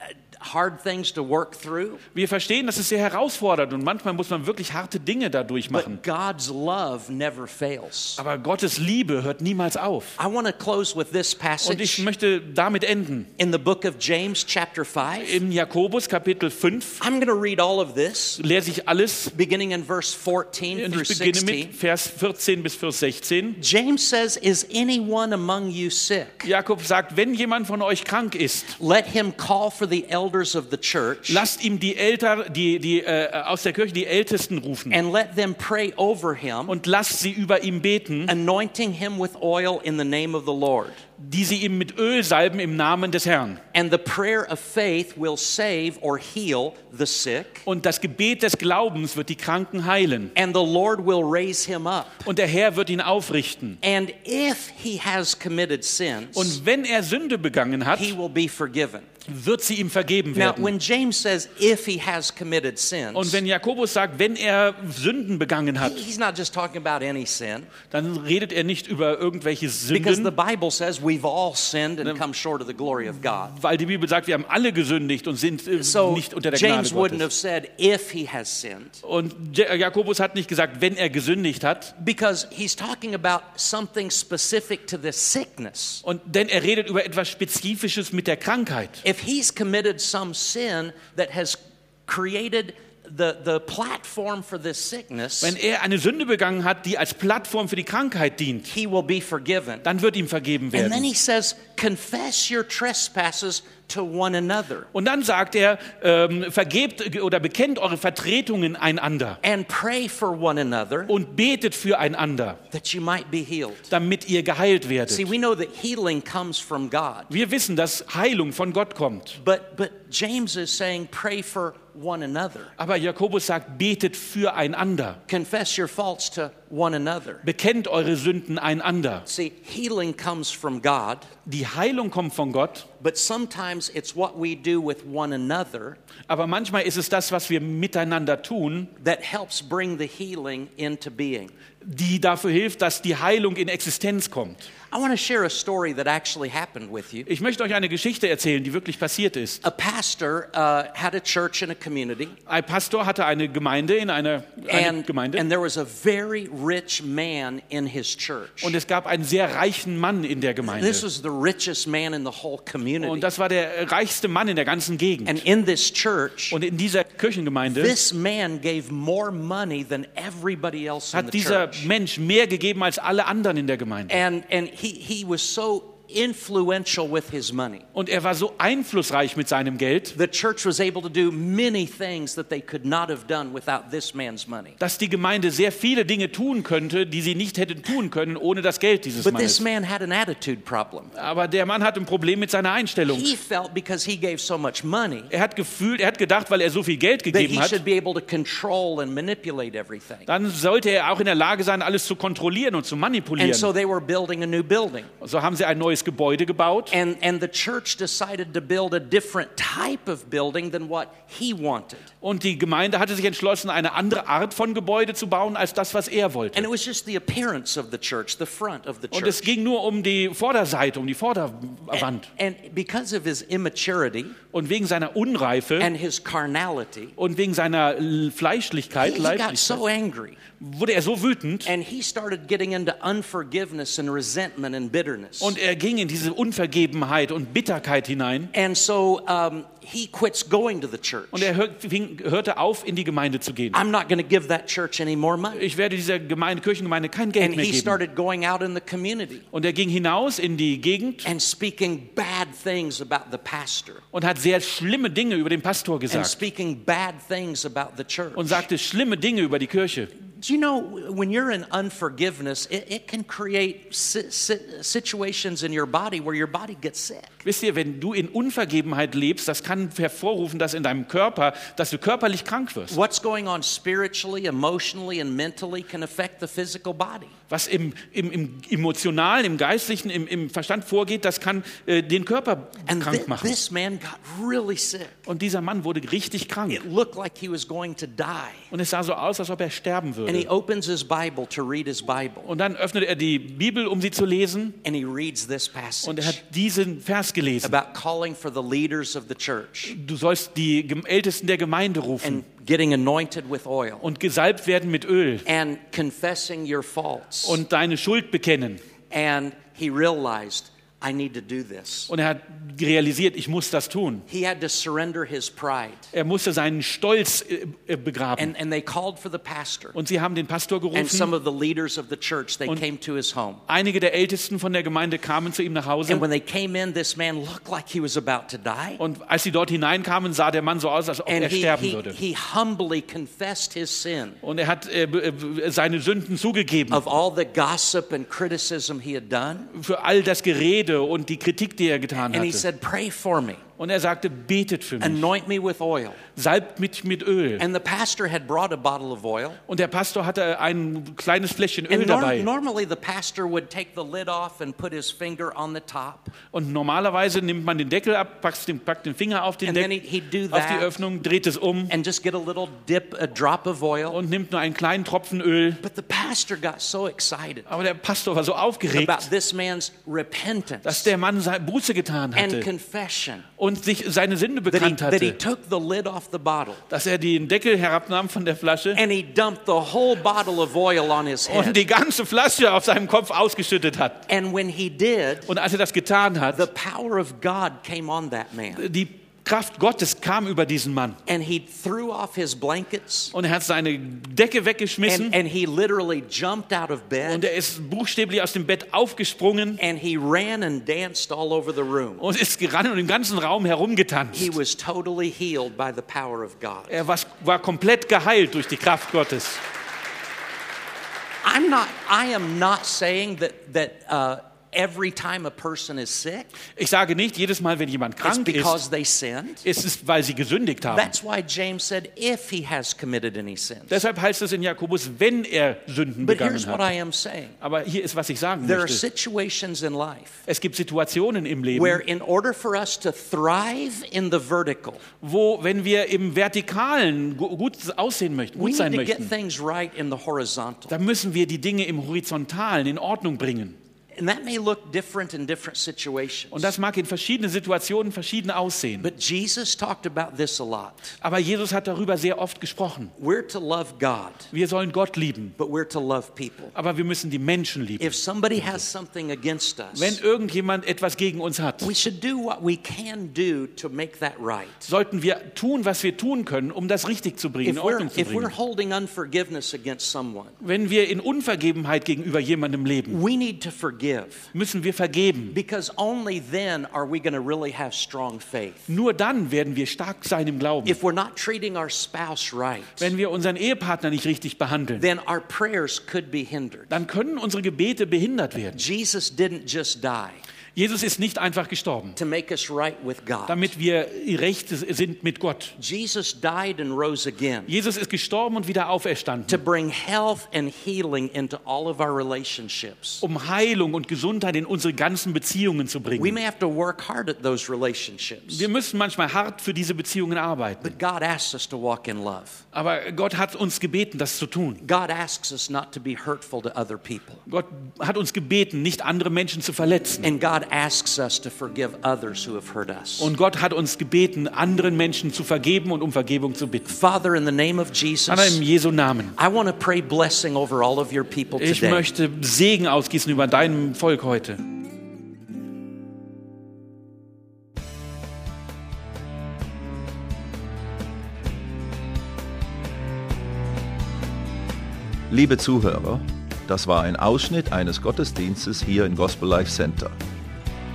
A: uh, hard things to work through,
B: Wir verstehen, das ist sehr herausfordernd und manchmal muss man wirklich harte Dinge dadurch machen.
A: but God's love never fails.
B: Aber Gottes Liebe hört niemals auf.
A: I want to close with this
B: Und ich
A: passage
B: möchte damit enden.
A: in the book of James, chapter 5.
B: Im Jakobus Kapitel 5
A: I'm going to read all of this
B: lese ich alles
A: beginning in verse 14
B: und
A: through
B: ich beginne
A: 16.
B: mit Vers 14 bis Vers 16.
A: James says, Is anyone among you sick?
B: Jakob sagt, wenn jemand von euch krank ist,
A: Let him call for the elders of the church
B: lasst ihm die Älter, die, die äh, aus der Kirche die Ältesten rufen
A: and let them pray over him,
B: und lasst sie über ihm beten,
A: anointing him with oil in the name of the Lord.
B: die sie ihm mit Öl salben im Namen des Herrn.
A: And the prayer of faith will save or heal the sick,
B: Und das Gebet des Glaubens wird die Kranken heilen
A: and the Lord will raise him up.
B: und der Herr wird ihn aufrichten.
A: And if he has committed sins,
B: Und wenn er Sünde begangen hat,
A: he will be forgiven.
B: wird sie ihm vergeben
A: Now,
B: werden.
A: when James says if he has committed
B: Und
A: sins,
B: wenn Jakobus sagt, wenn er Sünden begangen hat,
A: he's not just talking about any sin,
B: dann redet er nicht über irgendwelche
A: because the
B: Sünden,
A: Bible says we've all sinned and come short of the glory of God.
B: weil die Bibel sagt, wir haben alle gesündigt und sind äh,
A: So
B: nicht unter der Gnade
A: James wouldn't
B: Gottes.
A: have said if he has sinned
B: Und Ja- Jakobus hat nicht gesagt, wenn er gesündigt hat,
A: because he's talking about something specific to this sickness.
B: und denn er redet über etwas Spezifisches mit der Krankheit.
A: If he's committed some sin that has created the, the platform for this sickness,
B: Wenn er eine Sünde begangen hat, die als Plattform für die Krankheit dient,
A: he will be forgiven.
B: dann wird ihm vergeben
A: And then
B: werden.
A: he says, confess your trespasses to one another
B: Und dann sagt er, ähm, vergebt oder bekennt eure Vertretungen einander
A: and pray for one another
B: und betet füreinander,
A: that you might be healed.
B: damit ihr geheilt werdet.
A: See, we know that healing comes from God.
B: Wir wissen, dass Heilung von Gott kommt.
A: But, but James is saying, pray for one another.
B: Aber Jakobus sagt, betet füreinander,
A: Confess your faults to one another.
B: bekennt eure Sünden einander.
A: See, healing comes from God,
B: Die Heilung kommt von Gott,
A: but sometimes it's what we do with one another
B: aber manchmal ist es das, was wir miteinander tun,
A: that helps bring the healing into being.
B: die dafür hilft, dass die Heilung in Existenz kommt.
A: I want to share a story that actually happened with you.
B: Ich möchte euch eine Geschichte erzählen, die wirklich passiert ist.
A: A pastor uh, had a church in a community,
B: Ein Pastor hatte eine Gemeinde in einer eine
A: and,
B: Gemeinde
A: and there was a very rich man in his church.
B: und es gab einen sehr reichen Mann in der Gemeinde.
A: This was the richest man in the whole
B: Und
A: community.
B: das war der reichste Mann in der ganzen
A: And
B: Gegend.
A: in this church,
B: Und in dieser Kirchengemeinde
A: This man gave more money than everybody else in the
B: hat dieser
A: church.
B: Mensch mehr gegeben als alle anderen in der Gemeinde.
A: And, and he, he was so influential with his money.
B: Und er war so einflussreich mit seinem Geld,
A: The church was able to do many things that they could not have done without this man's money.
B: dass die Gemeinde sehr viele Dinge tun könnte, die sie nicht hätte tun können ohne das Geld dieses
A: But this
B: Mannes.
A: man had an attitude problem.
B: Aber der Mann hat ein Problem mit seiner Einstellung.
A: He felt because he gave so much money
B: Er hat gefühlt, er hat gedacht, weil er so viel Geld
A: that
B: gegeben
A: he
B: hat,
A: should be able to control and manipulate everything.
B: dann sollte er auch in der Lage sein, alles zu kontrollieren und zu manipulieren.
A: And so they were building a new building.
B: So haben sie ein neues Gebäude gebaut
A: And, and the church decided to build a different type of building than what he wanted.
B: und die Gemeinde hatte sich entschlossen, eine andere Art von Gebäude zu bauen als das, was er wollte.
A: And it was just the appearance of the church, the front of the
B: Und es
A: church.
B: ging nur um die Vorderseite, um die Vorderwand.
A: And because of his immaturity
B: Und wegen seiner Unreife
A: and his carnality,
B: und wegen seiner
A: he,
B: L- Fleischlichkeit,
A: he got
B: Leiblichkeit,
A: so angry.
B: wurde er so wütend
A: And he started getting into unforgiveness and resentment and bitterness.
B: und er ging in diese Unvergebenheit und Bitterkeit hinein.
A: And so um, he quits going to the church.
B: Und er hör, fing, hörte auf, in die Gemeinde zu gehen.
A: I'm not going to give that church any more money.
B: Ich werde dieser Gemeinde, Kirchengemeinde kein Geld
A: And
B: mehr
A: he
B: geben.
A: started going out in the community
B: Und er ging hinaus in die Gegend
A: and speaking bad things about the pastor
B: und hat sehr schlimme Dinge über den Pastor
A: and
B: gesagt
A: speaking bad things about the church.
B: und sagte schlimme Dinge über die Kirche.
A: Do you know when you're in unforgiveness, it, it can create si- si- situations in your body where your body gets sick?
B: Wisst ihr, wenn du in Unvergebenheit lebst, das kann hervorrufen, dass in deinem Körper, dass du körperlich krank wirst.
A: What's going on spiritually, emotionally, and mentally can affect the physical body.
B: Was im, im, im emotionalen, im geistlichen, im, im Verstand vorgeht, das kann äh, den Körper
A: And thi-
B: krank machen.
A: this man got really sick.
B: Und dieser Mann wurde richtig krank.
A: It looked like he was going to die.
B: Und es sah so aus, als ob er sterben
A: And he
B: würde.
A: opens his Bible to read his Bible,
B: Und dann öffnete er die Bibel, um sie zu lesen.
A: and he reads this
B: Und er
A: passage
B: hat diesen Vers gelesen.
A: about calling for the leaders of the church
B: Du sollst die Gem- Ältesten der Gemeinde rufen
A: and getting anointed with oil
B: und gesalbt werden mit Öl
A: and confessing your faults.
B: und deine Schuld bekennen.
A: And he realized, I need to do this.
B: Und er hat realisiert, ich muss das tun.
A: He had to surrender his pride.
B: Er musste seinen Stolz äh, äh, begraben.
A: And, and they called for the pastor.
B: Und sie haben den Pastor
A: And some
B: gerufen.
A: of the leaders of the church, they came to his home.
B: Einige der Ältesten von der Gemeinde kamen zu ihm nach
A: And Oh,
B: Hause.
A: when they came in, this man looked like he was about to die.
B: Und als sie dort hineinkamen, sah der Mann so aus, als ob
A: And
B: er
A: he,
B: sterben
A: he,
B: würde.
A: he humbly confessed his sin
B: Und er hat äh, be- äh, seine Sünden zugegeben
A: of all the gossip and criticism he had done.
B: für all das Gerede und die Kritik, die er getan
A: And he
B: hatte.
A: said, Pray for me,
B: Und er sagte, betet für mich,
A: anoint me with oil.
B: salbt mich mit Öl.
A: And the pastor had brought a bottle of oil.
B: Und der Pastor hatte ein kleines Fläschchen Öl
A: And nor-
B: dabei.
A: normally the pastor would take the lid off and put his finger on the top.
B: Und normalerweise nimmt man den Deckel ab, packt den, packt den Finger auf den
A: And then
B: Deckel,
A: he'd, he'd do
B: auf die
A: that
B: Öffnung, dreht es um
A: and just get a little dip, a drop of oil.
B: und nimmt nur einen kleinen Tropfen Öl.
A: But the pastor got so excited
B: Aber der Pastor war so
A: about
B: aufgeregt,
A: this man's
B: dass
A: repentance
B: der Mann seine Buße getan
A: and
B: hatte
A: confession
B: und sich seine Sünde
A: that he,
B: bekannt
A: that he
B: hatte,
A: took the lid off the bottle
B: dass er den Deckel herabnahm von der Flasche
A: and he dumped the whole bottle of oil on his
B: und
A: head.
B: die ganze Flasche auf seinem Kopf ausgeschüttet hat.
A: And when he did,
B: Und als er das getan
A: the
B: hat,
A: power of God came on that man.
B: die Kraft Gottes kam über diesen Mann.
A: and he threw off his blankets
B: Und er hat seine Decke weggeschmissen
A: and, and he literally jumped out of
B: und
A: bed
B: er ist buchstäblich aus dem Bett aufgesprungen
A: and Oh, he Oh, ran and danced all over the room.
B: und ist gerannt und im ganzen Raum herumgetanzt.
A: He was totally healed by the power of God.
B: Er was, war komplett geheilt durch die Kraft Gottes.
A: I'm not, I am not saying that, that uh, every time a person is sick,
B: Ich sage nicht, jedes Mal, wenn jemand
A: it's
B: krank ist,
A: because they sinned.
B: ist es, weil sie gesündigt haben.
A: That's why James said, if he has committed any sins.
B: Deshalb heißt es in Jakobus, wenn er Sünden
A: But here's
B: begangen
A: what
B: hat.
A: I am saying
B: Aber hier ist, was ich sagen
A: there are
B: möchte.
A: situations in life
B: Es gibt Situationen im
A: where,
B: Leben,
A: in order for us to thrive in the vertical,
B: wo, wenn wir im Vertikalen gu- gut aussehen möchten,
A: we
B: gut sein
A: need to get
B: möchten,
A: things right in the horizontal.
B: dann müssen wir die Dinge im Horizontalen in Ordnung bringen.
A: And that may look different in different
B: Und
A: situations.
B: das mag in verschiedenen Situationen verschieden aussehen.
A: But Jesus talked about this a lot.
B: Aber Jesus hat darüber sehr oft gesprochen.
A: We're to love God,
B: Wir sollen Gott lieben,
A: but we're to love people.
B: aber wir müssen die Menschen lieben.
A: If somebody has something against
B: Wenn
A: us,
B: irgendjemand etwas gegen uns hat,
A: we should do what we can do to make that right.
B: sollten wir tun, was wir tun können, um das richtig zu bringen, in
A: If we're,
B: Ordnung zu
A: if we're
B: bringen.
A: holding unforgiveness against someone,
B: Wenn wir in Unvergebenheit gegenüber jemandem leben,
A: we need to forgive
B: müssen wir vergeben.
A: because only then are we going to really have strong faith.
B: Nur dann werden wir stark sein im Glauben.
A: If we're not treating our spouse right,
B: Wenn wir unseren Ehepartner nicht richtig behandeln,
A: then our prayers could be hindered.
B: dann können unsere Gebete behindert werden.
A: Jesus didn't just die
B: Jesus ist nicht einfach gestorben,
A: to make us right with God.
B: damit wir recht sind mit Gott.
A: Jesus died and rose again
B: Jesus ist gestorben und wieder
A: to
B: auferstanden,
A: bring health and healing into all of our relationships.
B: um Heilung und Gesundheit in unsere ganzen Beziehungen zu
A: We
B: bringen.
A: may have to work hard at those relationships,
B: Wir müssen manchmal hart für diese Beziehungen arbeiten.
A: but God asks us to walk in love.
B: Aber Gott hat uns gebeten, das zu tun.
A: God asks us not to be hurtful to other people.
B: Gott hat uns gebeten, nicht andere Menschen zu verletzen.
A: And God asks us to forgive others who have hurt us.
B: Und Gott hat uns gebeten, anderen Menschen zu vergeben und um Vergebung zu bitten.
A: Father, in the name of
B: Vater, im
A: Jesus,
B: Jesu Namen.
A: I want to pray blessing over all of your people
B: Ich
A: today.
B: möchte Segen ausgießen über deinem Volk heute.
C: Liebe Zuhörer, das war ein Ausschnitt eines Gottesdienstes hier im Gospel Life Center.